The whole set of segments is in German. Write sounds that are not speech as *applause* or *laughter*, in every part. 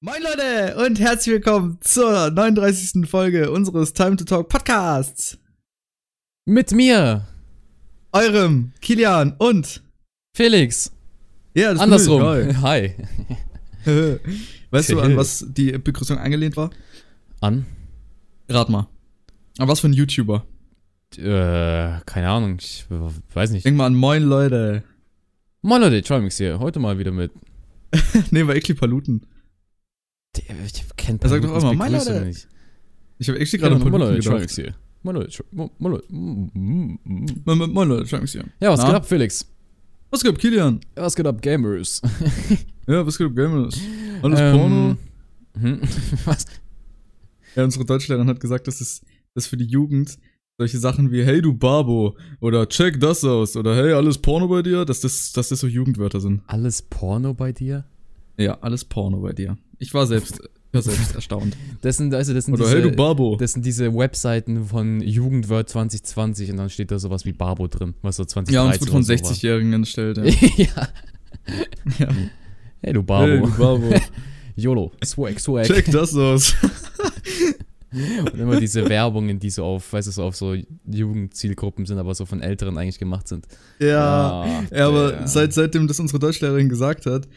Moin Leute und herzlich willkommen zur 39. Folge unseres Time to Talk Podcasts. Mit mir, Eurem Kilian und Felix. ja, das Andersrum. bin *laughs* Hi. ich, geil. *laughs* weißt du, an was die Begrüßung angelehnt war? An? Rat mal. An was für ein YouTuber? Äh, keine Ahnung, ich weiß nicht. Denk mal an Moin Leute. *laughs* Moin Leute, Trimix hier. Heute mal wieder mit. nee, bei Ekli Paluten. Der- Ich kenn Er sagt doch immer, "Moin, Leute." Ich Ich habe Ekli gerade gerade an Moin Paluten Leute, gedacht. Trimix hier. Moin Leute, Tri- Mo- Moin Leute. Mm, mm, mm. Moin, moin, moin Leute, schau mich hier. Ja, was Na? geht ab, Felix? Was geht ab, Kilian? Ja, Was geht ab, Gamers? Ja, was geht ab, Gamers? Alles Ähm, Porno? Hm? *laughs* Was? Ja, unsere Deutschlehrerin hat gesagt, dass es dass für die Jugend solche Sachen wie Hey du Babo oder Check das aus oder Hey alles Porno bei dir, dass das, dass das so Jugendwörter sind. Alles Porno bei dir? Ja, alles Porno bei dir. Ich war selbst, ich war *laughs* selbst erstaunt. Das sind, also das sind Oder Hey diese, du Babo. das sind diese Webseiten von Jugendword 2020 und dann steht da sowas wie Barbo drin, was so 20 Ja, uns wird von 60-Jährigen entstellt. Ja. *laughs* ja. Ja. Hey du Barbo. Hey du *laughs* Babo. YOLO. Swag, swag. Check das aus. Und immer diese Werbungen, die so auf, weißt du, so auf so Jugendzielgruppen sind, aber so von Älteren eigentlich gemacht sind. *laughs* Ja. Ach, ja aber der. seit, seitdem das unsere Deutschlehrerin gesagt hat,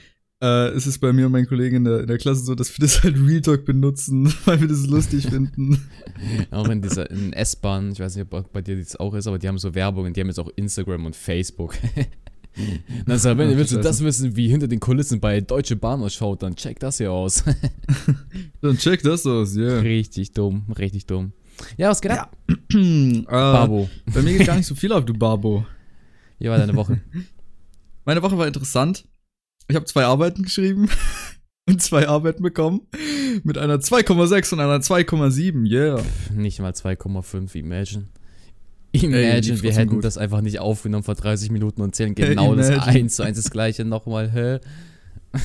äh, ist es bei mir und meinen Kollegen in der, in der Klasse so, dass wir das halt Real Talk benutzen, *laughs* weil wir das lustig finden. *laughs* Auch in dieser in S-Bahn, ich weiß nicht, ob bei dir das auch ist, aber die haben so Werbungen, die haben jetzt auch Instagram *laughs* und Facebook. Na, sag, wenn Ach, ihr willst du Scheiße. das wissen, wie hinter den Kulissen bei Deutsche Bahn ausschaut, dann check das hier aus. Dann check das aus, yeah. *laughs* richtig dumm, richtig dumm. Ja, was geht Ja. ab? äh, Barbo. Bei mir geht gar nicht *laughs* so viel ab, du Babo. Wie war deine Woche? Meine Woche war interessant. Ich habe zwei Arbeiten geschrieben *laughs* und zwei Arbeiten bekommen. Mit einer 2,6 und einer 2,7, yeah. Nicht mal 2,5, imagine. Ey, die Imagine, wir Flossen hätten gut. das einfach nicht aufgenommen vor 30 Minuten und zählen Ey, genau das imagine. 1 zu 1 das gleiche nochmal. Hä?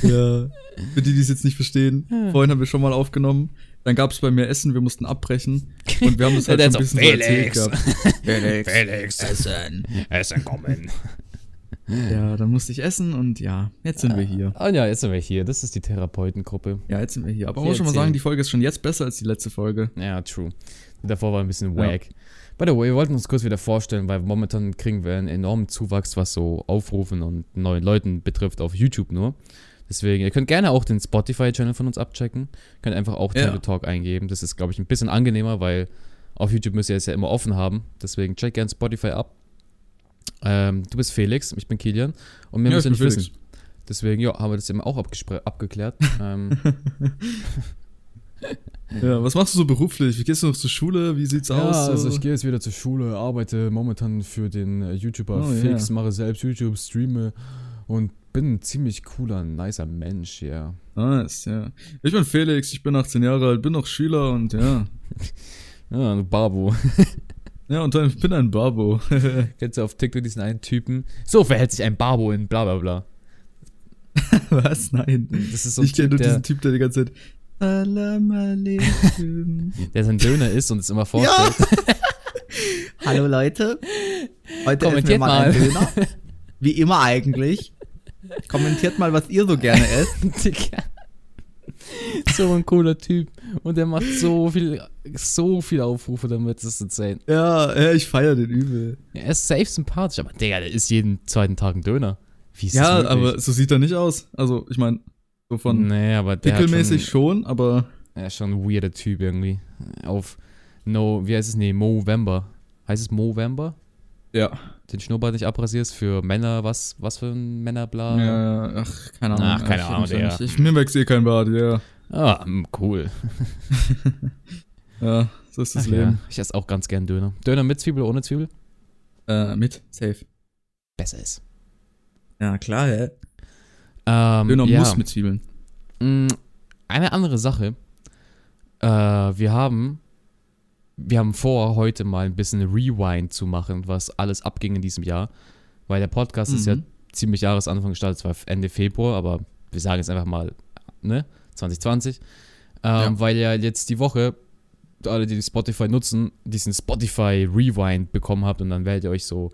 ja. *laughs* Für die, die es jetzt nicht verstehen, Ja. vorhin haben wir schon mal aufgenommen. Dann gab es bei mir Essen, wir mussten abbrechen. Und wir haben *laughs* uns halt Der schon ein jetzt bisschen auch, so erzählt "Felix." gehabt. Felix, *laughs* Felix, Essen. Essen kommen. Ja, dann musste ich essen und ja, jetzt sind wir hier. Ah ja, jetzt sind wir hier. Das ist die Therapeutengruppe. Ja, jetzt sind wir hier. Aber man Wir muss schon mal erzählen. sagen, die Folge ist schon jetzt besser als die letzte Folge. Ja, true. Davor war ein bisschen Ja. wack. By the way, wir wollten uns kurz wieder vorstellen, weil momentan kriegen wir einen enormen Zuwachs, was so Aufrufen und neuen Leuten betrifft auf YouTube nur. Deswegen, ihr könnt gerne auch den Spotify-Channel von uns abchecken. Könnt einfach auch Ja. Time to Talk eingeben. Das ist, glaube ich, ein bisschen angenehmer, weil auf YouTube müsst ihr es ja immer offen haben. Deswegen checkt gerne Spotify ab. Ähm, du bist Felix, ich bin Kilian. Und mehr Ja, müsst ihr ich nicht bin wissen. Deswegen, ja, haben wir das eben auch abgespr- *laughs* abgeklärt. ähm, Ja, was machst du so beruflich? Wie gehst du noch zur Schule? Wie sieht's Ja, aus? also ich gehe jetzt wieder zur Schule, arbeite momentan für den äh, YouTuber Oh, Fix, ja. mache selbst YouTube, streame und bin ein ziemlich cooler, nicer Mensch, ja. Nice, ja. Ich bin Felix, ich bin 18 Jahre alt, bin noch Schüler und ja. Ja, du Babo. *laughs* Ja, und dann bin ein Babo. *laughs* Kennst du auf TikTok diesen einen Typen? So verhält sich ein Babo in bla bla bla. Was? Nein. Das ist so ein ich kenne Typ, nur der, diesen Typ, der die ganze Zeit. Salam *laughs* alaikum. der sein Döner ist und es immer vorstellt. *laughs* Hallo Leute. Heute Kommentiert mal. Döner. Wie immer eigentlich. Kommentiert mal, was ihr so gerne esst. Digga. so ein cooler Typ. Und der macht so viel, so viel Aufrufe damit, das ist insane. Ja, ja ich feiere den übel. Er ist safe sympathisch, aber Digga, der isst jeden zweiten Tag einen Döner. Wie ist ja, das möglich? aber so sieht er nicht aus. Also, ich meine, so von nee, aber der hat schon, pickelmäßig schon, aber. er ist schon ein weirder Typ irgendwie. Auf No, wie heißt es? Nee, Movember. Heißt es Movember? Ja. Den Schnurrbart nicht abrasierst für Männer, was, was für ein Männer, bla. Ah, Ja, ach, keine Ahnung. Ach, keine ich Ahnung, kenn mich da nicht. der- Ich, mir wächst eh kein Bart, ja. Ah, mm, cool. Ja, so ist das Ach ja, Leben. ich esse auch ganz gern Döner. Döner mit Zwiebel, ohne Zwiebel? Äh, mit, safe. Besser ist. Ja, klar, hä? Ähm, Döner ja. muss mit Zwiebeln. Mm, Eine andere Sache. Äh, wir haben. Wir haben vor, heute mal ein bisschen Rewind zu machen, was alles abging in diesem Jahr. Weil der Podcast ist ja Mhm. ziemlich Jahresanfang gestartet, zwar Ende Februar, aber wir sagen jetzt einfach mal, ne, 2020. Ähm, Ja. Weil ja jetzt die Woche, alle, die Spotify nutzen, diesen Spotify Rewind bekommen habt und dann werdet ihr euch so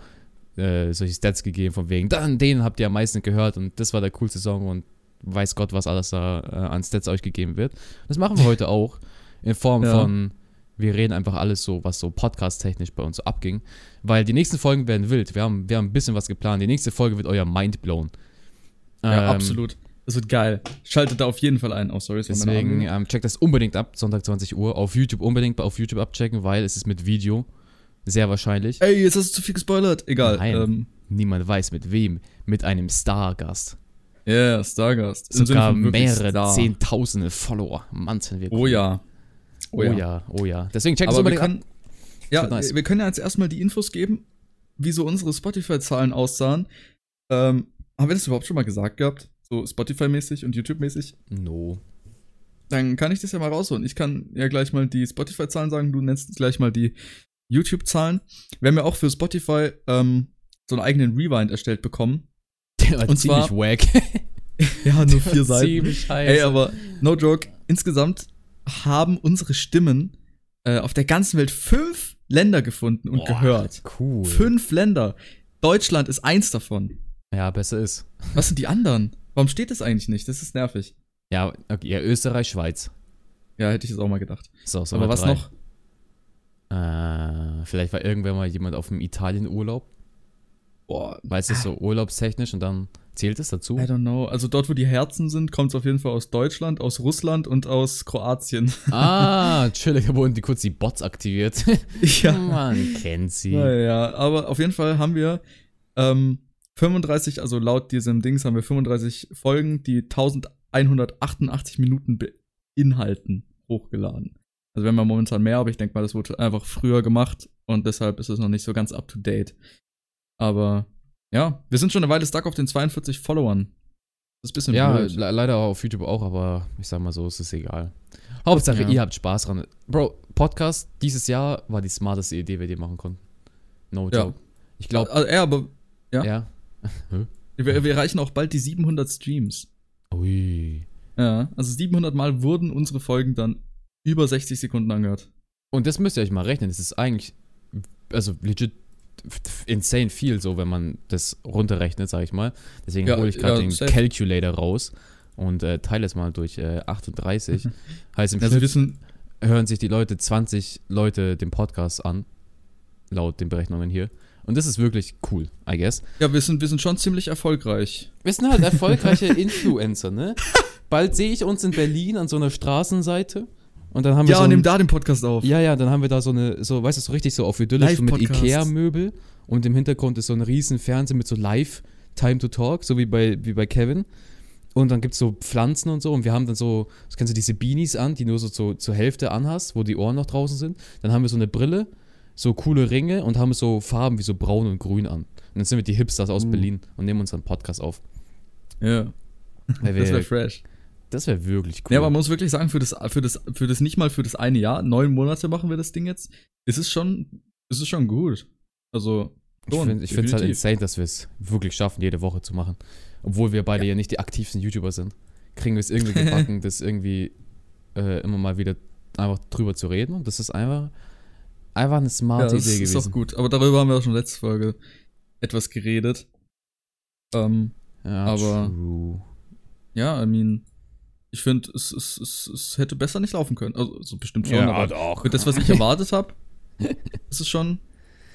äh, solche Stats gegeben von wegen, dann den habt ihr am meisten gehört und das war der coolste Song und weiß Gott, was alles da äh, an Stats euch gegeben wird. Das machen *laughs* wir heute auch in Form Ja. von, wir reden einfach alles so, was so podcast-technisch bei uns so abging. Weil die nächsten Folgen werden wild. Wir haben, wir haben ein bisschen was geplant. Die nächste Folge wird euer Mind blown. Ja, Ähm, absolut. Das wird geil. Schaltet da auf jeden Fall ein. Oh, sorry, das war meine Deswegen Arme. ähm, checkt das unbedingt ab, Sonntag 20 Uhr. Auf YouTube unbedingt auf YouTube abchecken, weil es ist mit Video. Sehr wahrscheinlich. Ey, jetzt hast du zu viel gespoilert. Egal. Nein. Ähm, Niemand weiß mit wem. Mit einem Stargast. Ja, Stargast. Im Sinne Sogar von wirklich mehrere Star. Zehntausende Follower. Mann, sind wir Oh ja. cool. Oh ja, oh ja. Deswegen checkt es Aber wir unbedingt ab. können, ja, wird nice. wir können ja jetzt erstmal die Infos geben, wie so unsere Spotify-Zahlen aussahen. Ähm, haben wir das überhaupt schon mal gesagt gehabt? So Spotify-mäßig und YouTube-mäßig? *laughs* No. Dann kann ich das ja mal rausholen. Ich kann ja gleich mal die Spotify-Zahlen sagen, du nennst gleich mal die YouTube-Zahlen. Wir haben ja auch für Spotify ähm, so einen eigenen Rewind erstellt bekommen. Der war Und ziemlich zwar- wack. *laughs* Ja, nur *laughs* vier Seiten. ziemlich scheiße. Ey, aber no joke, insgesamt haben unsere Stimmen äh, auf der ganzen Welt fünf Länder gefunden und Boah, gehört. Cool. Fünf Länder. Deutschland ist eins davon. Ja, besser ist. Was sind die anderen? Warum steht das eigentlich nicht? Das ist nervig. Ja, okay, ja, Österreich, Schweiz. Ja, hätte ich jetzt auch mal gedacht. So, so Aber mal was drei. noch? Äh, vielleicht war irgendwann mal jemand auf dem Italienurlaub. Boah, Weißt du, so urlaubstechnisch und dann zählt es dazu. Ah. I don't know. Also dort, wo die Herzen sind, kommt es auf jeden Fall aus Deutschland, aus Russland und aus Kroatien. *laughs* Ah, chillig, da wurden die kurz die Bots aktiviert. *laughs* ja. Man kennt sie. Naja, aber auf jeden Fall haben wir ähm, 35, also laut diesem Dings haben wir 35 Folgen, die 1188 Minuten beinhalten, hochgeladen. Also wir haben ja momentan mehr, aber ich denke mal, das wurde einfach früher gemacht und deshalb ist es noch nicht so ganz up to date. Aber ja, wir sind schon eine Weile stuck auf den 42 Followern. Das ist ein bisschen Ja, blöd. le leider auf YouTube auch, aber ich sag mal so, es ist egal. Hauptsache, Ja. ihr habt Spaß dran. Bro, Podcast dieses Jahr war die smarteste Idee, wir die machen konnten. No Ja. joke. Ich glaube, Also, ja, aber ja. ja. wir, wir erreichen auch bald die 700 Streams. Ui. Ja, also 700 Mal wurden unsere Folgen dann über 60 Sekunden angehört. Und das müsst ihr euch mal rechnen. Das ist eigentlich, also legit insane viel so, wenn man das runterrechnet, sag ich mal. Deswegen Ja, hole ich gerade ja, den safe. Calculator raus und äh, teile es mal durch äh, *laughs* 38. heißt, Also im wir Schnitt sind hören sich die Leute, 20 Leute den Podcast an, laut den Berechnungen hier. Und das ist wirklich cool, I guess. Ja, wir sind, wir sind schon ziemlich erfolgreich. Wir sind *laughs* halt erfolgreiche Influencer, ne? Bald sehe ich uns in Berlin an so einer Straßenseite und dann haben wir Ja, so und ein- nimm da den Podcast auf. Ja, ja, dann haben wir da so eine, so, weißt du, so richtig so auf idyllisch so mit Live-Podcast. Ikea-Möbel und im Hintergrund ist so ein riesen Fernseher mit so live Time to Talk, so wie bei, wie bei Kevin. Und dann gibt's so Pflanzen und so und wir haben dann so, das kennst du diese Beanies an, die nur so zu, zur Hälfte anhast, wo die Ohren noch draußen sind. Dann haben wir so eine Brille, so coole Ringe und haben so Farben wie so braun und grün an. Und dann sind wir die Hipsters aus Mhm. Berlin und nehmen unseren *laughs* Podcast auf. Ja, Weil das wäre wir, fresh. das wäre wirklich cool. Ja, aber man muss wirklich sagen, für das, für das, für das nicht mal für das eine Jahr, neun Monate machen wir das Ding jetzt, ist es schon, ist es schon gut. Also, Ich schon, finde es halt definitiv. insane, dass wir es wirklich schaffen, jede Woche zu machen. Obwohl wir beide ja, nicht die aktivsten YouTuber sind. Kriegen wir es irgendwie *laughs* gebacken, das irgendwie äh, immer mal wieder einfach drüber zu reden. Und das ist einfach, einfach eine ja, smarte das Idee ist gewesen. auch gut. Aber darüber haben wir auch schon letzte Folge etwas geredet. Ähm, Ja, aber- true. ja, I mean, ich finde, es, es, es, es hätte besser nicht laufen können. Also, so bestimmt schon, aber doch. für das, was ich erwartet *laughs* habe, ist es schon,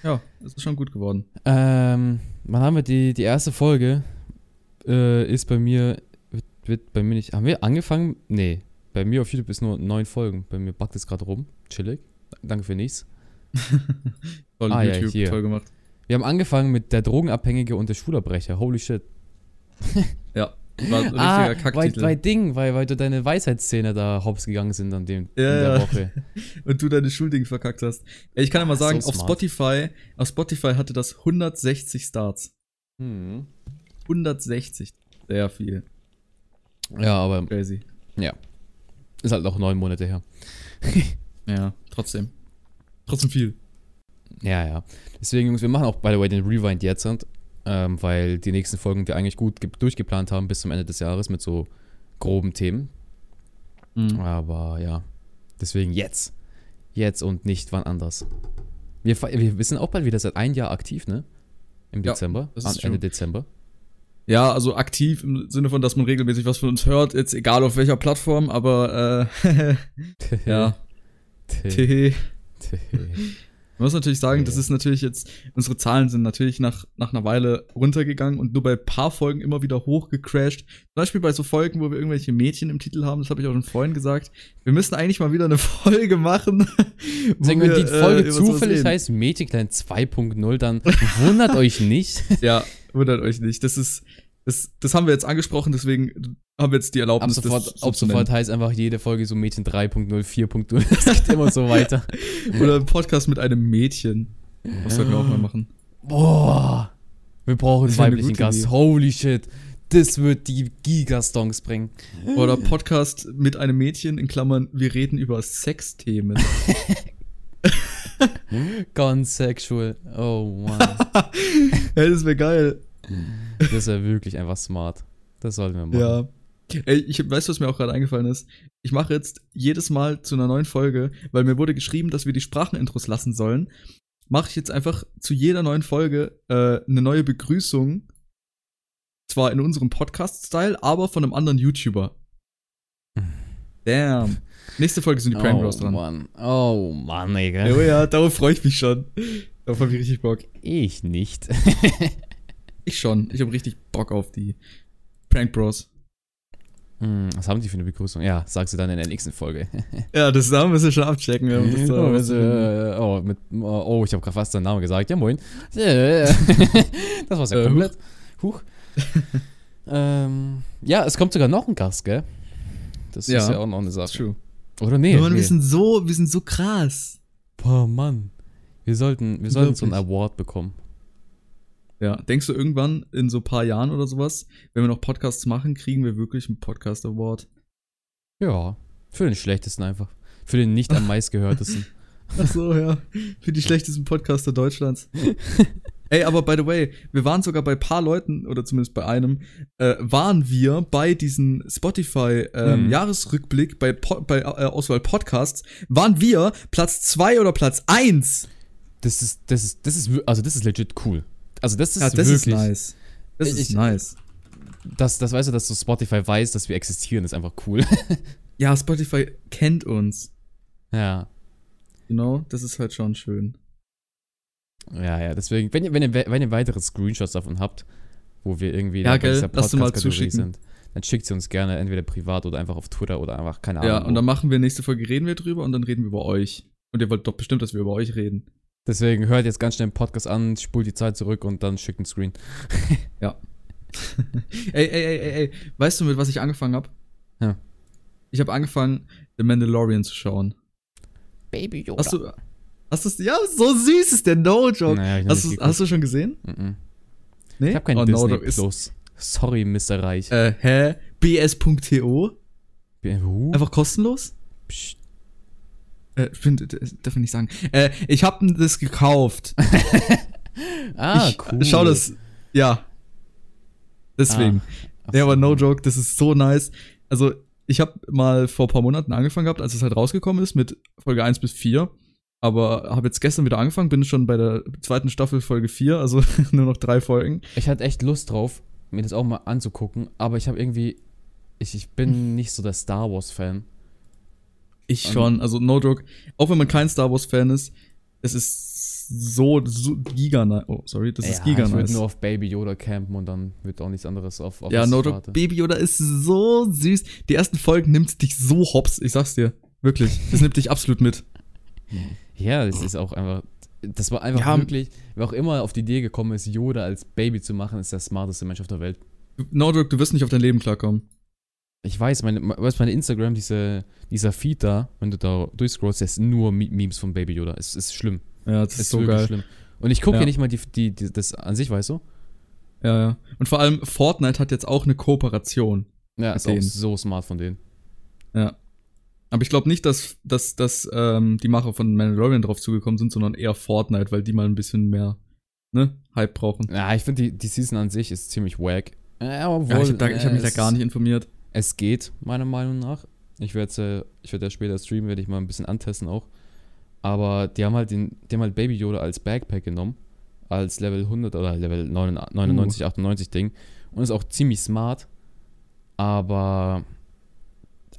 ja, es ist schon gut geworden. Ähm, wann haben wir die, die erste Folge? Äh, ist bei mir, wird, wird bei mir nicht, haben wir angefangen? Nee, bei mir auf YouTube ist nur neun Folgen. Bei mir backt es gerade rum. Chillig. Danke für nichts. Toll, Ah, ja, YouTube, hier. toll gemacht. Wir haben angefangen mit der Drogenabhängige und der Schulabbrecher. Holy shit. Ja, war ein Ah, richtiger weil, Kacktitel. weil Ding, weil, weil du deine Weisheitsszene da hops gegangen sind an dem Ja, in der ja. Woche. *laughs* und du deine Schulding verkackt hast. Ey, Ich kann ja mal Ah, sagen, so auf smart. Spotify, auf Spotify hatte das 160 Starts. Hm. 160. Sehr viel. Ja, aber Crazy. ist halt auch neun Monate her. Ja, trotzdem. Trotzdem viel. Ja, ja. Deswegen, Jungs, wir machen auch, by the way, den Rewind jetzt, und, ähm, weil die nächsten Folgen wir eigentlich gut ge- durchgeplant haben bis zum Ende des Jahres mit so groben Themen. Mhm. Aber ja, deswegen jetzt. Jetzt und nicht wann anders. Wir, fe- wir wir sind auch bald wieder seit einem Jahr aktiv, ne? Im Ja, Dezember, das am ist Ende true. Dezember. Ja, also aktiv im Sinne von, dass man regelmäßig was von uns hört, jetzt egal auf welcher Plattform, aber äh, *laughs* ja, *laughs* tehe. Man muss natürlich sagen, das ist natürlich jetzt, unsere Zahlen sind natürlich nach, nach einer Weile runtergegangen und nur bei ein paar Folgen immer wieder hochgecrashed. Zum Beispiel bei so Folgen, wo wir irgendwelche Mädchen im Titel haben, das habe ich auch schon vorhin gesagt. Wir müssen eigentlich mal wieder eine *laughs* Folge machen. wo Deswegen, wenn wir, die Folge äh, über sowas zufällig reden. heißt Mädchen 2.0, dann wundert *laughs* euch nicht. Ja, wundert euch nicht. Das ist, das, das haben wir jetzt angesprochen, deswegen haben wir jetzt die Ab Erlaubnis, sofort, das ab zu sofort heißt einfach jede Folge so Mädchen 3.0, *laughs* 4.0. Es geht *laughs* immer so weiter. nennen. Oder ein Podcast mit einem Mädchen. Das sollten wir auch mal machen. Boah. Wir brauchen Das einen wär eine weiblichen gute Gast. Idee. Holy shit. Das wird die Gigastongs bringen. Oder Podcast mit einem Mädchen, in Klammern, wir reden über Sexthemen. Gone sexual. Oh man. *laughs* Hey, das wäre geil. das ist ja wirklich einfach smart. Das sollten wir machen. Ja. Ey, ich weiß, was mir auch gerade eingefallen ist. Ich mache jetzt jedes Mal zu einer neuen Folge, weil mir wurde geschrieben, dass wir die Sprachenintros lassen sollen. Mache ich jetzt einfach zu jeder neuen Folge äh, eine neue Begrüßung. Zwar in unserem Podcast-Style, aber von einem anderen YouTuber. Damn. Nächste Folge sind die Prank Bros Oh dran. man. Oh man, Digga. Oh ja, darauf freue ich mich schon. Darauf habe ich richtig Bock. Ich nicht. *laughs* Ich schon. Ich habe richtig Bock auf die Prank Bros. Hm, Was haben die für eine Begrüßung? Ja, sag sie dann in der nächsten Folge. Ja, das da müssen wir schon abchecken. wenn wir das da- Oh, also, äh, oh, mit, oh ich habe gerade fast deinen Namen gesagt. *laughs* Ja, moin. Äh, das war's ja Äh, komplett. Huch. ähm, ja, es kommt sogar noch ein Gast, gell? Das ist Ja. ja auch noch eine Sache. True. Oder nee? Mann, nee. wir sind so, wir sind so krass. Boah, Mann. Wir sollten, wir sollten so einen Award bekommen. Ja, denkst du irgendwann in so paar Jahren oder sowas, wenn wir noch Podcasts machen, kriegen wir wirklich einen Podcast Award? Ja. Für den schlechtesten einfach. Für den *laughs* nicht am meistgehörtesten. Ach so, ja. Für die schlechtesten Podcaster *laughs* Deutschlands. Ey, aber by the way, wir waren sogar bei paar Leuten, oder zumindest bei einem, äh, waren wir bei diesem Hm. Spotify-Jahresrückblick bei, po bei äh, Auswahl Podcasts, waren wir Platz zwei oder Platz eins? Das ist, das ist, das ist, wir- also das ist legit cool. Also das ist Ja, das wirklich, ist nice. Das ist Ich- nice. das, das weißt du, dass so Spotify weiß, dass wir existieren, ist einfach cool. *laughs* Ja, Spotify kennt uns. ja. Genau, you know? das ist halt schon schön. Ja, ja, deswegen, wenn ihr, wenn ihr, we- wenn ihr weitere Screenshots davon habt, wo wir irgendwie Ja, dann bei gell, dieser lasst sie mal Podcast-Kategorie zuschicken. dann schickt sie uns gerne entweder privat oder einfach auf Twitter oder einfach, keine Ahnung. Ja, und dann wo. machen wir nächste Folge, reden wir drüber und dann reden wir über euch. Und ihr wollt doch bestimmt, dass wir über euch reden. Deswegen hört jetzt ganz schnell den Podcast an, spult die Zeit zurück und dann schickt einen Screen. Ey, ey, ey, ey, ey, weißt du, mit was ich angefangen habe? Ja. Ich habe angefangen, The Mandalorian zu schauen. Baby Yoda. Hast du. Hast du Ja, so süß ist der No-Joke. Naja, ich hast, hab du- nicht hast du schon gesehen? geguckt. Mhm. Nee. Ich hab keinen oh, Disney No-Joke ist. Plus. Sorry, Mr. Reich. Äh, hä? bs.to? Huh? Einfach kostenlos? Psst. Äh, ich find, das darf ich nicht sagen. Äh, ich hab das gekauft. ah, ich cool. schau das. Ja. Deswegen. Ah, Ach Ja, so. aber no joke, das ist so nice. Also, ich habe mal vor ein paar Monaten angefangen gehabt, als es halt rausgekommen ist mit Folge 1 bis 4. Aber habe jetzt gestern wieder angefangen, bin schon bei der zweiten Staffel Folge 4, also *laughs* nur noch drei Folgen. Ich hatte echt Lust drauf, mir das auch mal anzugucken, aber ich habe irgendwie, ich, ich *laughs* bin nicht so der Star Wars-Fan. Ich Und- schon, also no joke. Auch wenn man kein Star Wars Fan ist, es ist so, so giga nice. Oh, sorry, das ist giga Ich würde nice. nur auf Baby Yoda campen und dann wird auch nichts anderes auf. auf Ja, das no joke. Vater. Baby Yoda ist so süß. Die ersten Folgen nimmt dich so hops, ich sag's dir. Wirklich, das nimmt dich absolut mit. Ja, es ist auch einfach. Das war einfach Ja. wirklich. Wer auch immer auf die Idee gekommen ist, Yoda als Baby zu machen, ist der smarteste Mensch auf der Welt. No joke, du wirst nicht auf dein Leben klarkommen. Ich weiß, meine, me- weißt, du, meine Instagram, diese, dieser Feed da, wenn du da durchscrollst, das sind nur Me- Memes von Baby Yoda. Es ist schlimm. Ja, das Es ist, so geil. schlimm. Und ich gucke Ja. ja. nicht mal die, die, die, das an sich, weißt du? Ja, ja. Und vor allem Fortnite hat jetzt auch eine Kooperation. Ja, Mit ist auch denen. so smart von denen. Aber ich glaube nicht, dass, dass, dass ähm, die Macher von Mandalorian drauf zugekommen sind, sondern eher Fortnite, weil die mal ein bisschen mehr ne, Hype brauchen. Ja, ich finde, die, die Season an sich ist ziemlich wack. Äh, obwohl, Ja, ich habe hab mich äh, da es gar ist- nicht informiert. Es geht, meiner Meinung nach. Ich werde äh, ich werd ja später streamen, werde ich mal ein bisschen antesten auch. Aber die haben halt, den, die haben halt Baby Uh. Yoda als Backpack genommen. Als Level 100 oder Level 99, 98 Ding. Und und ist auch ziemlich smart. Aber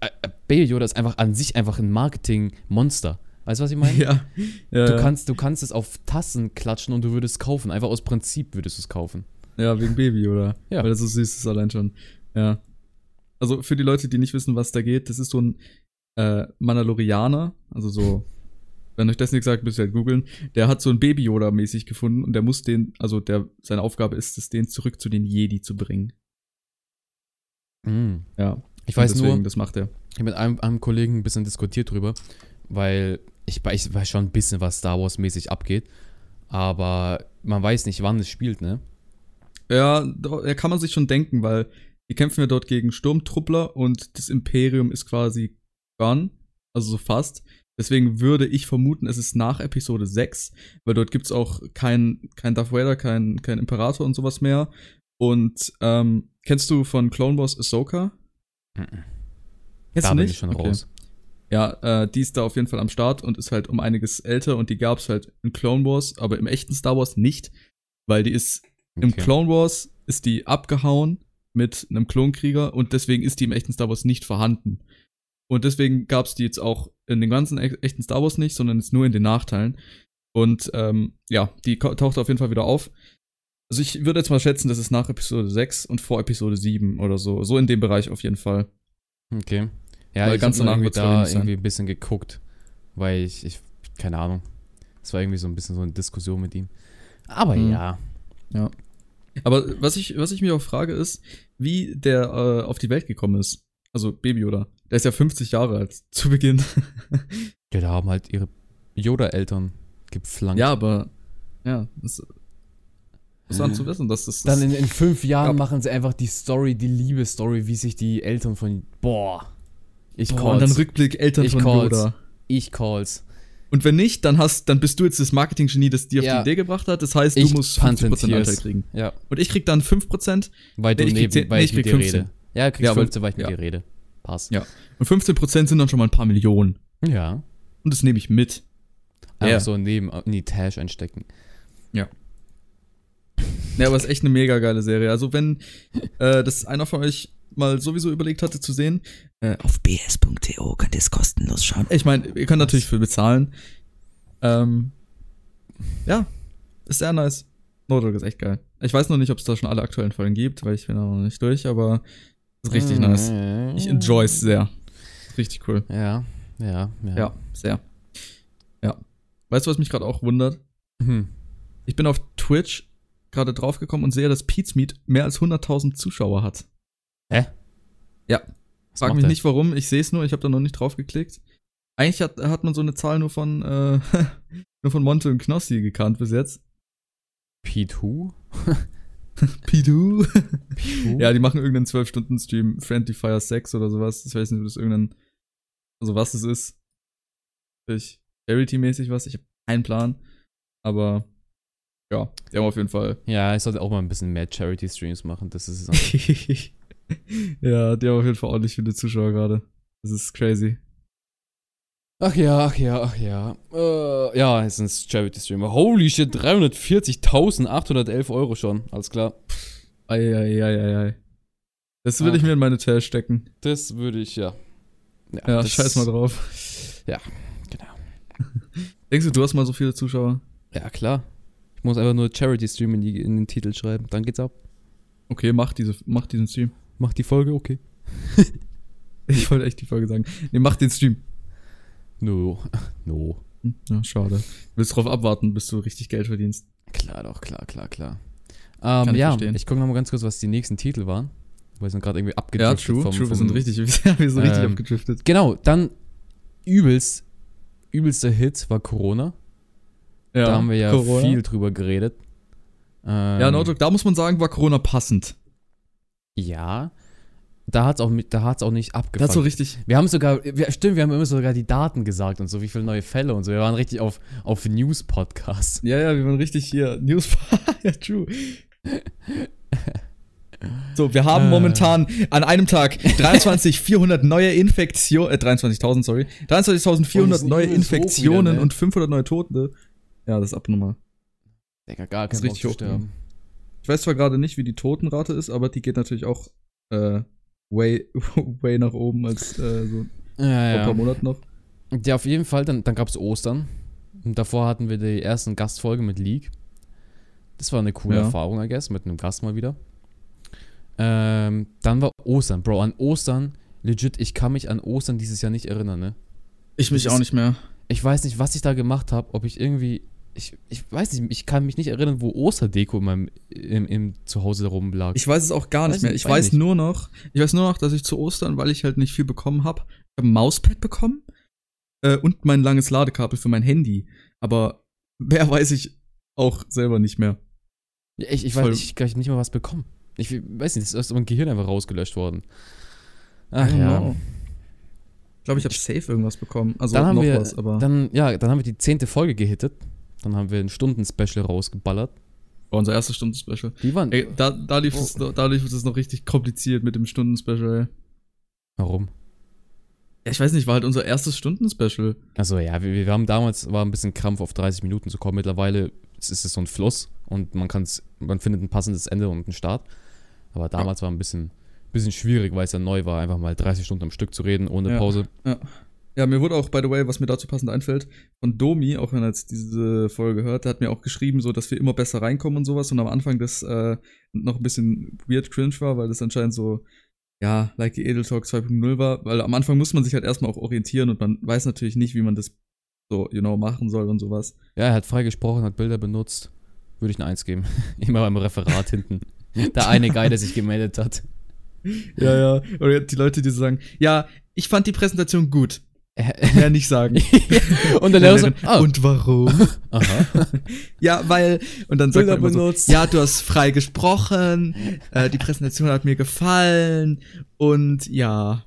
äh, äh, Baby Yoda ist einfach an sich einfach ein Marketing-Monster. Weißt du, was ich *laughs* meine? Ja. ja. Du, kannst, du kannst es auf Tassen klatschen und du würdest es kaufen. Einfach aus Prinzip würdest du es kaufen. Ja, wegen Baby, oder? Ja. Weil das so süß ist allein schon. Ja. Also für die Leute, die nicht wissen, was da geht, das ist so ein äh, Mandalorianer, also so, wenn euch das nicht sagt, müsst ihr halt googeln, der hat so ein Baby-Yoda-mäßig gefunden und der muss den, also der, seine Aufgabe ist es, den zurück zu den Jedi zu bringen. Mm. Ja. Ich weiß deswegen, nur, das macht er. ich habe mit einem, einem Kollegen ein bisschen diskutiert drüber, weil ich, wei- ich weiß schon ein bisschen, was Star Wars-mäßig abgeht. Aber man weiß nicht, wann es spielt, ne? Ja, da da kann man sich schon denken, weil die kämpfen ja dort gegen Sturmtruppler und das Imperium ist quasi gone, also so fast. Deswegen würde ich vermuten, es ist nach Episode 6, weil dort gibt's auch kein, kein Darth Vader, kein, kein Imperator und sowas mehr. Und ähm, kennst du von Clone Wars Ahsoka? Mhm. Kennst da du bin nicht? ich schon Okay. raus. Ja, äh, die ist da auf jeden Fall am Start und ist halt um einiges älter und die gab's halt in Clone Wars, aber im echten Star Wars nicht, weil die ist im Okay. Clone Wars ist die abgehauen mit einem Klonkrieger und deswegen ist die im echten Star Wars nicht vorhanden. Und deswegen gab es die jetzt auch in den ganzen e- echten Star Wars nicht, sondern jetzt nur in den Nachteilen. Und ähm, ja, die ko- taucht auf jeden Fall wieder auf. Also ich würde jetzt mal schätzen, das ist nach Episode 6 und vor Episode 7 oder so. So in dem Bereich auf jeden Fall. Okay. Ja, Weil ich ganz ganz danach irgendwie wird's wohl da nicht sein. irgendwie ein bisschen geguckt, weil ich, ich keine Ahnung. Es war irgendwie so ein bisschen so eine Diskussion mit ihm. Aber Mhm. ja. Aber was ich, was ich mir auch frage, ist, wie der äh, auf die Welt gekommen ist. Also Baby Yoda. Der ist ja 50 Jahre alt *laughs* zu Beginn. Ja, da haben halt ihre Yoda-Eltern geflankt. ja, aber ja, das ist an zu wissen, dass das, das Dann in, in fünf Jahren Ja. machen sie einfach die Story, die Liebe-Story, wie sich die Eltern von. Boah. Ich Boah, und dann call's. Rückblick Eltern Ich von call's. Yoda. Ich call's. Und wenn nicht, dann hast, dann bist du jetzt das Marketing-Genie, das dir auf Ja. die Idee gebracht hat. Das heißt, du Ich musst 50% patentier's. Anteil kriegen. Ja. Und ich krieg dann 5% Weil du Nee, ich krieg neben, zehn- weil nee, ich ich mit krieg dir 15. rede. Ja, kriegst Ja, aber- 15, weil ich mit ja. dir rede. Passt. Ja. und 15% sind dann schon mal ein paar Millionen. ja. Und das nehme ich mit. Einfach Ja. so neben äh, in die Tasche einstecken. Ja, aber ist echt eine mega geile Serie. Also wenn äh, das einer von euch mal sowieso überlegt hatte zu sehen, äh, Auf bs.to könnt ihr es kostenlos schauen. ich meine, ihr könnt natürlich für bezahlen. Ähm, ja, ist sehr nice. Notebook ist echt geil. Ich weiß noch nicht, ob es da schon alle aktuellen Folgen gibt, weil ich bin da noch nicht durch, aber ist Mm. richtig Ah. nice. Ich enjoy's sehr. Ist richtig cool. Ja, ja, ja. Ja, sehr. Ja. Weißt du, was mich gerade auch wundert? Hm. Ich bin auf Twitch gerade draufgekommen und sehe, dass Pete's Meet mehr als 100.000 Zuschauer hat. Was Frag macht mich er? nicht warum, ich sehe es nur, ich habe da noch nicht drauf geklickt. Eigentlich hat, hat man so eine Zahl nur von äh, *laughs* nur von Monte und Knossi gekannt bis jetzt. Pete Who? Pidu. Who? Ja, die machen irgendeinen 12-Stunden-Stream, Friendly Fire 6 oder sowas. Ich weiß nicht, ob das irgendein, also was es ist. Ich, Charity-mäßig was, ich habe keinen Plan. Aber ja, die haben auf jeden *laughs* Fall. ja, ich sollte auch mal ein bisschen mehr Charity-Streams machen. *laughs* Das ist es. ja, die haben auf jeden Fall ordentlich viele Zuschauer gerade. Das ist crazy. ach ja, ach ja, ach ja. Äh, ja, es sind Charity-Streamer. Holy shit, 340.811 Euro schon. Alles klar. Eieieiei. Das würde Ah. ich mir in meine Tasche stecken. Das würde ich, ja. Ja, das- scheiß mal drauf. Ja, genau. *laughs* Denkst du, du hast mal so viele Zuschauer? Ja, klar. Ich muss einfach nur Charity-Stream in, die- in den Titel schreiben. Dann geht's ab. Okay, mach, diese, mach diesen Stream. Mach die Folge, okay. *laughs* Ich wollte echt die Folge sagen. Nee, mach den Stream. No. *laughs* No. Hm, Ja, schade. Du willst drauf abwarten, bis du richtig Geld verdienst. Klar, doch, klar, klar, klar. Ähm, ich ja, verstehen. ich gucke nochmal ganz kurz, was die nächsten Titel waren. Weil sind gerade irgendwie abgedriftet vom, true. Wir vom- sind richtig, *laughs* wir sind richtig Ähm, abgedriftet. Genau, dann übelst, übelster Hit war Corona. Ja, da haben wir ja Corona. viel drüber geredet. Ähm, Ja, Notebook, da muss man sagen, war Corona passend. Ja. Da hat's auch, mit- da hat's auch nicht Da hat so abgefangen. richtig. wir haben sogar, wir, stimmt, wir haben immer sogar die Daten gesagt und so, wie viele neue Fälle und so. Wir waren richtig auf, auf News-Podcasts. Ja, ja, wir waren richtig hier. News. *laughs* ja, true. So, wir haben Äh. momentan an einem Tag 23.400 neue Infektionen, äh, 23.000, sorry, 23.400 Und neue es ist Infektionen hoch wieder, ne? und 500 neue Tote. Ja, das ist abnormal. Digga, gar Das kein ist richtig Bock zu hoch, sterben. Ich weiß zwar gerade nicht, wie die Totenrate ist, aber die geht natürlich auch äh, way, *laughs* way nach oben als äh, so vor ein Ja, paar ja. Monaten noch. Ja, auf jeden Fall, dann, dann gab es Ostern. Und davor hatten wir die ersten Gastfolge mit League. Das war eine coole Ja. Erfahrung, I guess, mit einem Gast mal wieder. Ähm, dann war Ostern, Bro. An Ostern, legit, ich kann mich an Ostern dieses Jahr nicht erinnern, ne? Ich mich auch nicht mehr. Ich weiß nicht, was ich da gemacht habe, ob ich irgendwie. Ich, ich weiß nicht, ich kann mich nicht erinnern, wo Osterdeko in meinem im, im Zuhause rumlag. Ich weiß es auch gar nicht Weiß mehr. nicht, Ich weiß weiß nicht. nur noch, ich weiß nur noch, dass ich zu Ostern, weil ich halt nicht viel bekommen habe, hab ein Mauspad bekommen äh, und mein langes Ladekabel für mein Handy. Aber mehr *laughs* weiß ich auch selber nicht mehr. Ja, Ich, ich Voll- weiß nicht, ich hab nicht mal was bekommen. Ich weiß nicht, das ist aus meinem Gehirn einfach rausgelöscht worden. Ach I don't ja. know. Ich glaube, ich habe safe irgendwas bekommen. Also dann haben noch wir, was, aber dann, ja, dann haben wir die zehnte Folge gehittet. Dann haben wir ein Stunden-Special rausgeballert. war unser erstes Stundenspecial. Die waren. Ey, da, da, Oh. lief es, da lief es noch richtig kompliziert mit dem Stundenspecial. Warum? Ja, ich weiß nicht, war halt unser erstes Stundenspecial. Also ja, wir, wir haben damals war ein bisschen Krampf auf 30 Minuten zu kommen. Mittlerweile ist es so ein Fluss und man kann's, man findet ein passendes Ende und einen Start. Aber damals war ein bisschen, bisschen schwierig, weil es ja neu war, einfach mal 30 Stunden am Stück zu reden ohne Ja. Pause. Ja, mir wurde auch, by the way, was mir dazu passend einfällt, von Domi, auch wenn er jetzt diese Folge hört, der hat mir auch geschrieben, so, dass wir immer besser reinkommen und sowas und am Anfang das äh, noch ein bisschen weird cringe war, weil das anscheinend so, ja, like the Edel Talk 2.0 war, weil am Anfang muss man sich halt erstmal auch orientieren und man weiß natürlich nicht, wie man das so, you know, machen soll und sowas. Ja, er hat frei gesprochen, hat Bilder benutzt. Würde ich eine Eins geben. *laughs* Immer beim Referat hinten. Der eine Guy, der sich gemeldet hat. Ja, ja. Oder die Leute, die so sagen, ja, ich fand die Präsentation gut. Äh, Mehr nicht sagen. *laughs* und der Lehrer so, Ah. ah, Und warum? aha. Ja, weil, und dann sagt Bilder man immer so, benutzt. ja, du hast frei gesprochen, äh, die Präsentation hat mir gefallen und ja.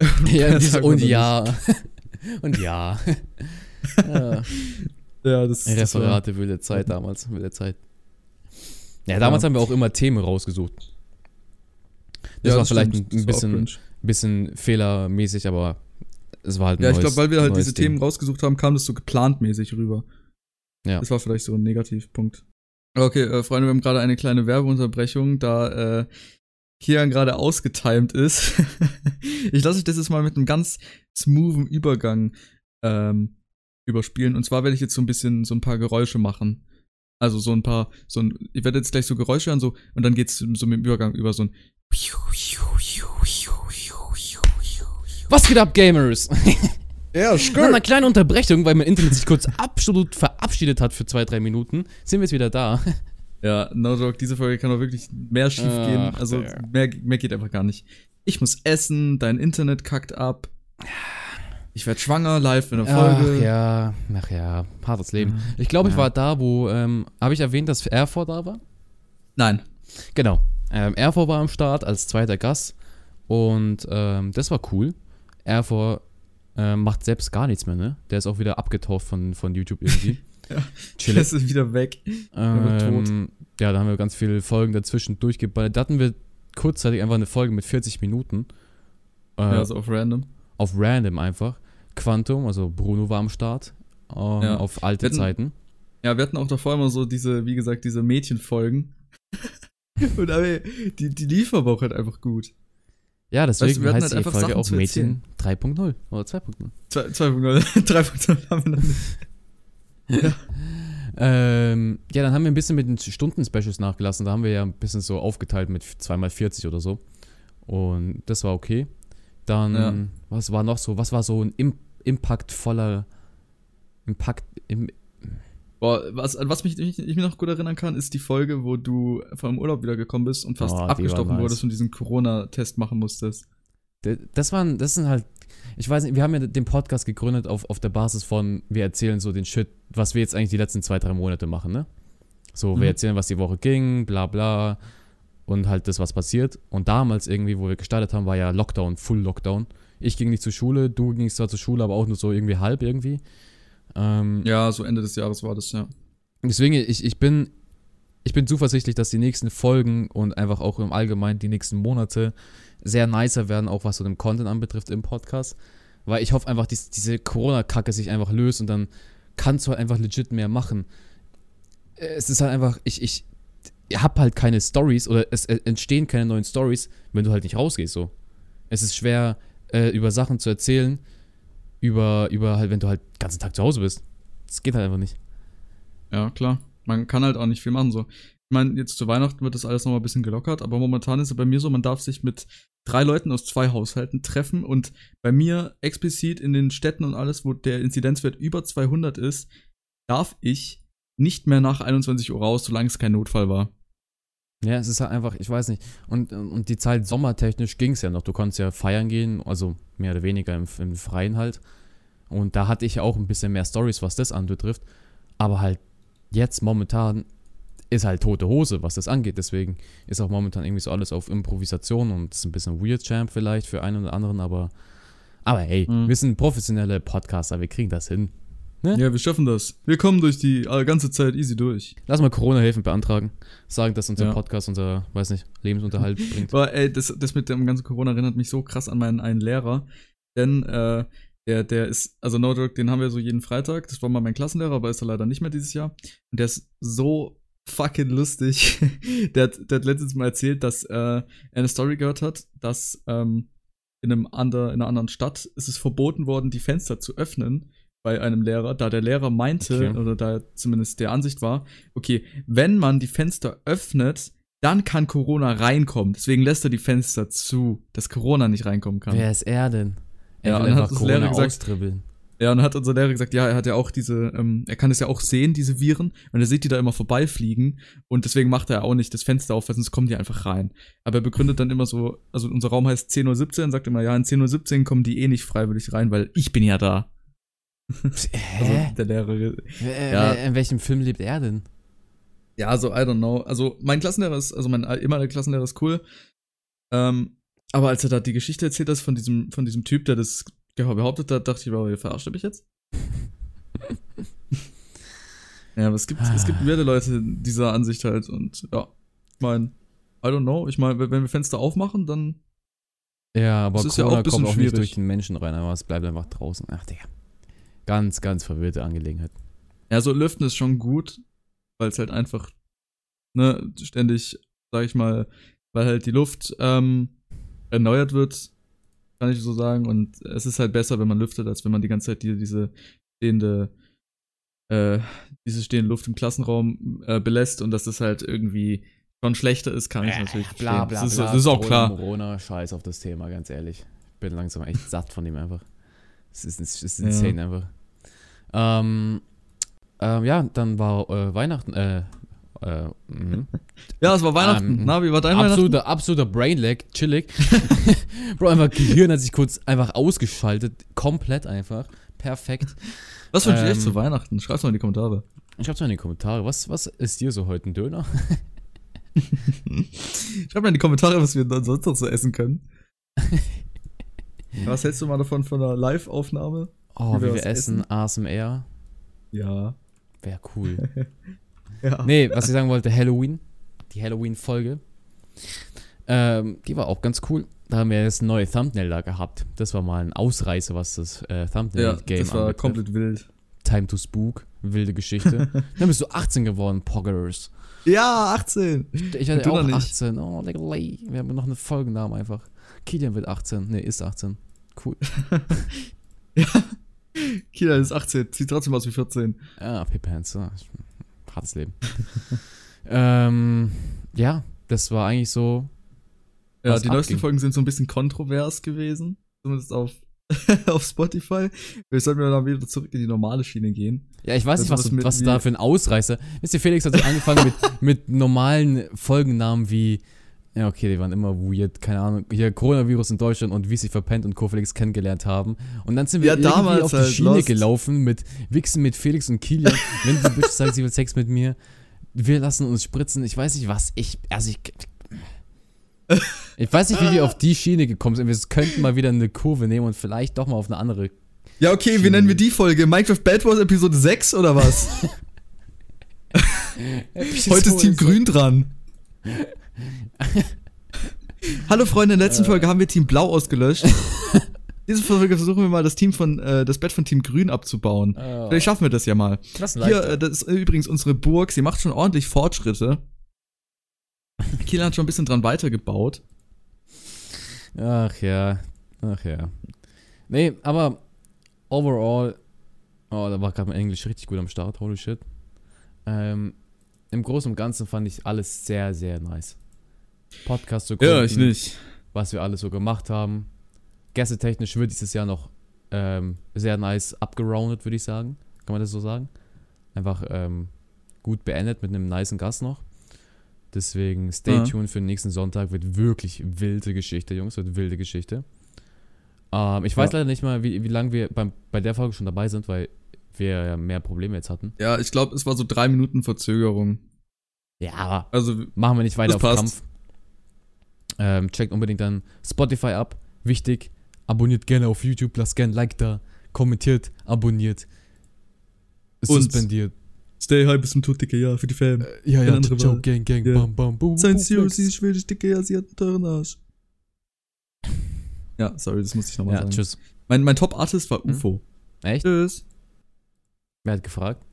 Ja, *laughs* Mehr dieses sagt man und dann ja. *laughs* Und ja. Äh, nicht. Ja, das das war- Referate wilde Zeit damals, wilde Zeit. Ja, damals Ja. haben wir auch immer Themen rausgesucht. Das ja, war vielleicht stimmt, ein das war auch bisschen, cringe. bisschen fehlermäßig, aber es war halt ein Ja, ich neues- glaube, weil wir halt neues diese Ding. Themen rausgesucht haben, kam das so geplantmäßig rüber. Ja. Das war vielleicht so ein Negativpunkt. Okay, äh, Freunde, wir haben gerade eine kleine Werbeunterbrechung, da äh, Kian gerade ausgetimed ist. *laughs* ich lasse euch das jetzt mal mit einem ganz smoothen Übergang ähm, überspielen. Und zwar werde ich jetzt so ein bisschen so ein paar Geräusche machen. Also so ein paar, so ein, ihr werdet jetzt gleich so Geräusche hören, so, und dann geht's so mit dem Übergang über so ein Was geht ab, Gamers? *laughs* *laughs* Ja, Nach einer kleinen Unterbrechung, weil mein Internet sich kurz absolut verabschiedet hat für zwei, drei Minuten, sind wir jetzt *laughs* wieder da. Ja, no joke, diese Folge kann auch wirklich mehr schief Ach, gehen. Also der. mehr, mehr geht einfach gar nicht. Ich muss essen, dein Internet kackt ab. Ich werde schwanger, live in der Folge. Ach ja, ach ja, hartes Leben. Ich glaube, ich Ja. war da, wo, ähm, habe ich erwähnt, dass Erfurt da war? Nein. Genau. Ähm, Erfurt war am Start als zweiter Gast und ähm, das war cool. Erfurt ähm, macht selbst gar nichts mehr, ne? Der ist auch wieder abgetauft von, von YouTube irgendwie. *laughs* Ja. Chillig. Das ist wieder weg. wird Ähm, ja, da haben wir ganz viele Folgen dazwischen durchgeballert. Da hatten wir kurzzeitig einfach eine Folge mit 40 Minuten. Äh, Ja, so auf random. Auf random einfach. Quantum, also Bruno war am Start. Ähm, Ja. Auf alte Wir hatten- Zeiten. Ja, wir hatten auch davor immer so diese, wie gesagt, diese Mädchenfolgen. *laughs* Und aber die, die liefen aber auch halt einfach gut. Ja, deswegen wir hatten heißt halt die einfach Folge Sachen auch zu Mädchen 3.0 oder 2.0. Zwei- 2.0, *laughs* 3.0 haben wir noch nicht. Ähm, ja, dann haben wir ein bisschen mit den Stunden-Specials nachgelassen. Da haben wir ja ein bisschen so aufgeteilt mit 2x40 oder so. Und das war okay. Dann, Ja. was war noch so? Was war so ein Im impactvoller. Impact. Im, Boah, was, an was mich, ich, ich mich noch gut erinnern kann, ist die Folge, wo du vom Urlaub wiedergekommen bist und fast Oh, die war abgestochen nice. wurdest und diesen Corona-Test machen musstest. D- Das waren, das sind halt, ich weiß nicht, wir haben ja den Podcast gegründet auf, auf der Basis von, wir erzählen so den Shit, was wir jetzt eigentlich die letzten zwei, drei Monate machen, ne? So, wir Mhm. erzählen, was die Woche ging, bla bla und halt das, was passiert. Und damals irgendwie, wo wir gestartet haben, war ja Lockdown, Full Lockdown. Ich ging nicht zur Schule, du gingst zwar zur Schule, aber auch nur so irgendwie halb irgendwie. Ähm, Ja, so Ende des Jahres war das, ja. Deswegen, ich, ich bin. Ich bin zuversichtlich, dass die nächsten Folgen und einfach auch im Allgemeinen die nächsten Monate sehr nicer werden, auch was so den Content anbetrifft im Podcast. Weil ich hoffe einfach, dass diese Corona-Kacke sich einfach löst und dann kannst du halt einfach legit mehr machen. Äh, Es ist halt einfach, ich, ich, hab halt keine Stories oder es äh, entstehen keine neuen Stories, wenn du halt nicht rausgehst so. Es ist schwer äh, über Sachen zu erzählen, über über halt wenn du halt den ganzen Tag zu Hause bist. Das geht halt einfach nicht. Ja, klar. Man kann halt auch nicht viel machen so. Ich meine, jetzt zu Weihnachten wird das alles nochmal ein bisschen gelockert, aber momentan ist es bei mir so, man darf sich mit drei Leuten aus zwei Haushalten treffen und bei mir explizit in den Städten und alles, wo der Inzidenzwert über 200 ist, darf ich nicht mehr nach 21 Uhr raus, solange es kein Notfall war. Ja, es ist halt einfach, ich weiß nicht. Und, und die Zeit sommertechnisch ging es ja noch. Du konntest ja feiern gehen, also mehr oder weniger im, im Freien halt. Und da hatte ich ja auch ein bisschen mehr Stories, was das anbetrifft. Aber halt jetzt momentan ist halt tote Hose, was das angeht. Deswegen ist auch momentan irgendwie so alles auf Improvisation und ist ein bisschen Weird Champ vielleicht für einen oder anderen, aber. Aber hey, Mhm. wir sind professionelle Podcaster, wir kriegen das hin. Ja, wir schaffen das. Wir kommen durch die äh, ganze Zeit easy durch. Lass mal Corona-Hilfen beantragen. Sagen, dass unser Ja. Podcast unser, weiß nicht, *laughs* Lebensunterhalt bringt. Aber ey, das, das mit dem ganzen Corona erinnert mich so krass an meinen einen Lehrer. Denn äh, der, der ist, also No Joke, den haben wir so jeden Freitag. Das war mal mein Klassenlehrer, aber ist er leider nicht mehr dieses Jahr. Und der ist so fucking lustig. *laughs* der, hat, der hat letztens mal erzählt, dass äh, er eine Story gehört hat, dass ähm, in, einem ander, in einer anderen Stadt ist es verboten worden, die Fenster zu öffnen bei einem Lehrer, da der Lehrer meinte, Okay. oder da er zumindest der Ansicht war, okay, wenn man die Fenster öffnet, dann kann Corona reinkommen. Deswegen lässt er die Fenster zu, dass Corona nicht reinkommen kann. Wer ist er denn? Er Ja, will und dann einfach hat das Corona Lehrer gesagt- *laughs* austribbeln. Ja, und dann hat unser Lehrer gesagt, ja, er hat ja auch diese, ähm, er kann es ja auch sehen, diese Viren, und er sieht die da immer vorbeifliegen und deswegen macht er auch nicht das Fenster auf, weil sonst kommen die einfach rein. Aber er begründet dann immer so, also unser Raum heißt 10.17 Uhr, sagt immer, ja, in 10.17 Uhr kommen die eh nicht freiwillig rein, weil ich bin ja da. Also Hä? der Lehrer. Wer- Ja. wer- In welchem Film lebt er denn? Ja, so, I don't know. Also mein Klassenlehrer ist, also mein ehemaliger Klassenlehrer ist cool. Ähm, aber als er da die Geschichte erzählt hat von diesem, von diesem Typ, der das genau behauptet hat, dachte ich, wow, verarscht er mich jetzt? ja, aber es gibt, es gibt weirde Leute dieser Ansicht halt und ja, ich mein, I don't know. Ich meine, wenn wir Fenster aufmachen, dann Ja, aber Das ist ja auch Corona ein bisschen kommt auch nicht schwierig. durch den Menschen rein, aber es bleibt einfach draußen. Ach, Digga. Ganz, ganz verwirrte Angelegenheit. Ja, so Lüften ist schon gut, weil es halt einfach, ne, ständig, sag ich mal, weil halt die Luft ähm, erneuert wird, kann ich so sagen. Und es ist halt besser, wenn man lüftet, als wenn man die ganze Zeit die, diese stehende, äh, diese stehende Luft im Klassenraum äh, belässt und dass das halt irgendwie schon schlechter ist, kann ich Äh, natürlich verstehen. das, ist, das ist auch Corona, klar. Corona, scheiß auf das Thema, ganz ehrlich. Ich bin langsam echt satt von dem einfach. Es ist, es ist Ja. insane einfach. Ähm, ähm, ja, dann war äh, Weihnachten, äh, äh, mhm. Ja, es war Weihnachten. Ähm, Na, wie war dein Weihnachten? absoluter, absoluter Brainlag, chillig. *laughs* Bro, einfach Gehirn hat sich kurz einfach ausgeschaltet, komplett einfach. Perfekt. Was wünschst du dir ähm, zu Weihnachten? Schreib's mal in die Kommentare. Ich hab's mal in die Kommentare. Was, was ist dir so heute ein Döner? Schreib mal in die Kommentare, was wir dann sonst noch so essen *laughs* können. was hältst du mal davon von einer Live-Aufnahme? Oh, Wie wie wir wir, was essen, ASMR. Ja. Wäre cool. *laughs* ja. nee, was ich sagen wollte, Halloween. Die Halloween-Folge. Ähm, die war auch ganz cool. Da haben wir das neue Thumbnail da gehabt. Das war mal ein Ausreißer, was das äh, ja, Thumbnail-Game das war komplett wild. Time to Spook, wilde Geschichte. *laughs* Dann bist du 18 geworden, Poggers. Ja, 18. Ich hatte Du auch noch nicht. 18. Oh, leckerlei. Wir haben noch einen Folgennamen einfach. Kilian wird 18. Nee, ist 18. Cool. Kila ist 18, sieht trotzdem aus wie 14. Ah, Pipans. Ah, hartes *laughs* Leben. ähm, ja, das war eigentlich so. Ja, Was die neuesten abging. Folgen sind so ein bisschen kontrovers gewesen. Zumindest auf, *laughs* auf Spotify. Vielleicht sollten wir dann wieder zurück in die normale Schiene gehen. Ja, ich weiß Das nicht, was, was mit was wie- da für ein Ausreißer. Wisst ihr, Felix hat so angefangen *laughs* mit, mit normalen Folgennamen wie. Ja, okay, die waren immer weird, keine Ahnung. Hier Coronavirus in Deutschland und wie sich verpennt und Co. Felix kennengelernt haben. Und dann sind wir Ja, irgendwie damals auf die halt, Schiene Lost. gelaufen mit Wichsen mit Felix und Kilian. Wenn die Bitch sagt, sie will Sex mit mir, wir lassen uns spritzen. Ich weiß nicht, was ich. Also ich. Ich weiß nicht, wie wir auf die Schiene gekommen sind. Wir könnten mal wieder eine Kurve nehmen und vielleicht doch mal auf eine andere Ja, okay, wie nennen wir die Folge? Minecraft Bad Wars Episode 6 oder was? Heute ist Team Grün dran. *laughs* Hallo Freunde, in der letzten Folge haben wir Team Blau *laughs* ausgelöscht. Diese Folge versuchen wir mal das Team von äh, das Bett von Team Grün abzubauen. Oh. Vielleicht schaffen wir das Ah. ja mal. Klassen *laughs* Hier, äh, das ist übrigens unsere Burg. Sie macht schon ordentlich Fortschritte. Kilian hat schon ein bisschen dran weitergebaut. Ach ja, ach ja. Nee, aber overall, oh, da war gerade mein Englisch richtig gut am Start, holy shit. Ähm, Im Großen und Ganzen fand ich alles sehr, sehr nice. Podcast zu Ja, gründen, ich nicht. was wir alles so gemacht haben. Gästetechnisch wird dieses Jahr noch ähm, sehr nice abgeroundet, würde ich sagen. Kann man das so sagen? Einfach ähm, gut beendet mit einem nicen Gast noch. Deswegen stay Ja. tuned für den nächsten Sonntag. Wird wirklich wilde Geschichte, Jungs. Wird wilde Geschichte. Ähm, ich weiß Ja. leider nicht mal, wie, wie lange wir beim, bei der Folge schon dabei sind, weil wir ja mehr Probleme jetzt hatten. Ja, ich glaube, es war so drei Minuten Verzögerung. Ja, aber Also, machen wir nicht weiter Das auf passt. Kampf. Ähm, checkt unbedingt dann Spotify ab. Wichtig. Abonniert gerne auf YouTube. Lasst gerne ein Like da. Kommentiert. Abonniert. Und- Suspendiert. stay high bis zum Tod, Digga, ja, für die Fam. Äh, ja, keine ja. andere Ciao, Wahl. gang, gang. Ja. Bam, bam, boom. Sein Zero, sie ist schwedisch, Digga, ja, sie hat einen teuren Arsch. Ja, sorry, das musste ich nochmal Ja, sagen. tschüss. Mein, mein Top-Artist war Hm? UFO. Echt? Tschüss. Wer hat gefragt?